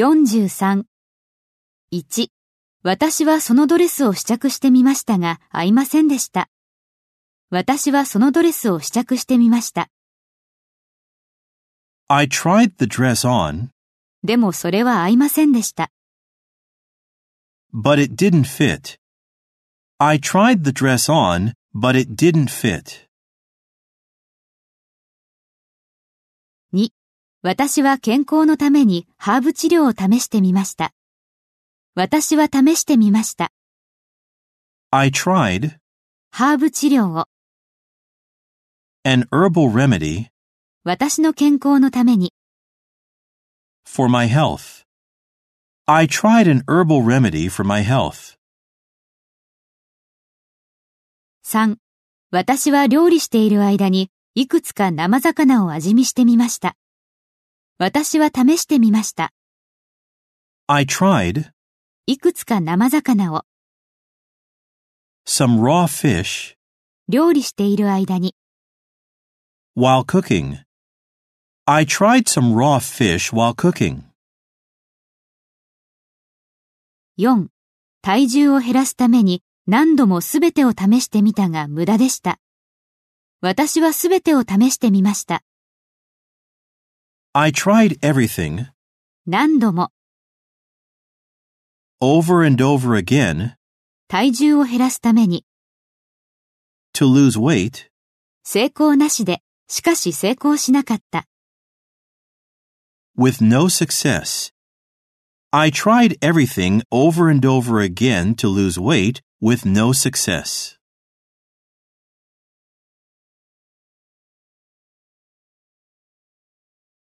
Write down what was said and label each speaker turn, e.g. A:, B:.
A: 43.1. 私はそのドレスを試着してみましたが、合いませんでした。私はそのドレスを試着してみました。
B: I tried the dress on,
A: でもそれは合いませんでした。
B: but it didn't fit. I tried the dress on, but it didn't fit.
A: 私は健康のためにハーブ治療を試してみました。私は試してみました。
B: I tried
A: ハーブ治療を。
B: an herbal remedy
A: 私の健康のために。
B: for my health. I tried an herbal remedy for my health.
A: 3. 私は料理している間に、いくつか生魚を味見してみました。私は試してみました。
B: I tried
A: いくつか生魚を。
B: some raw fish
A: 料理している間に。
B: while cooking. I tried some raw fish while cooking.
A: 4. 体重を減らすために何度もすべてを試してみたが無駄でした。私はすべてを試してみました。
B: I tried everything
A: 何度も
B: over and over again
A: 体重を減らすために
B: to lose weight.
A: 成功なしで、しかし成功しなかった。
B: with no success. I tried everything over and over again to lose weight with no success.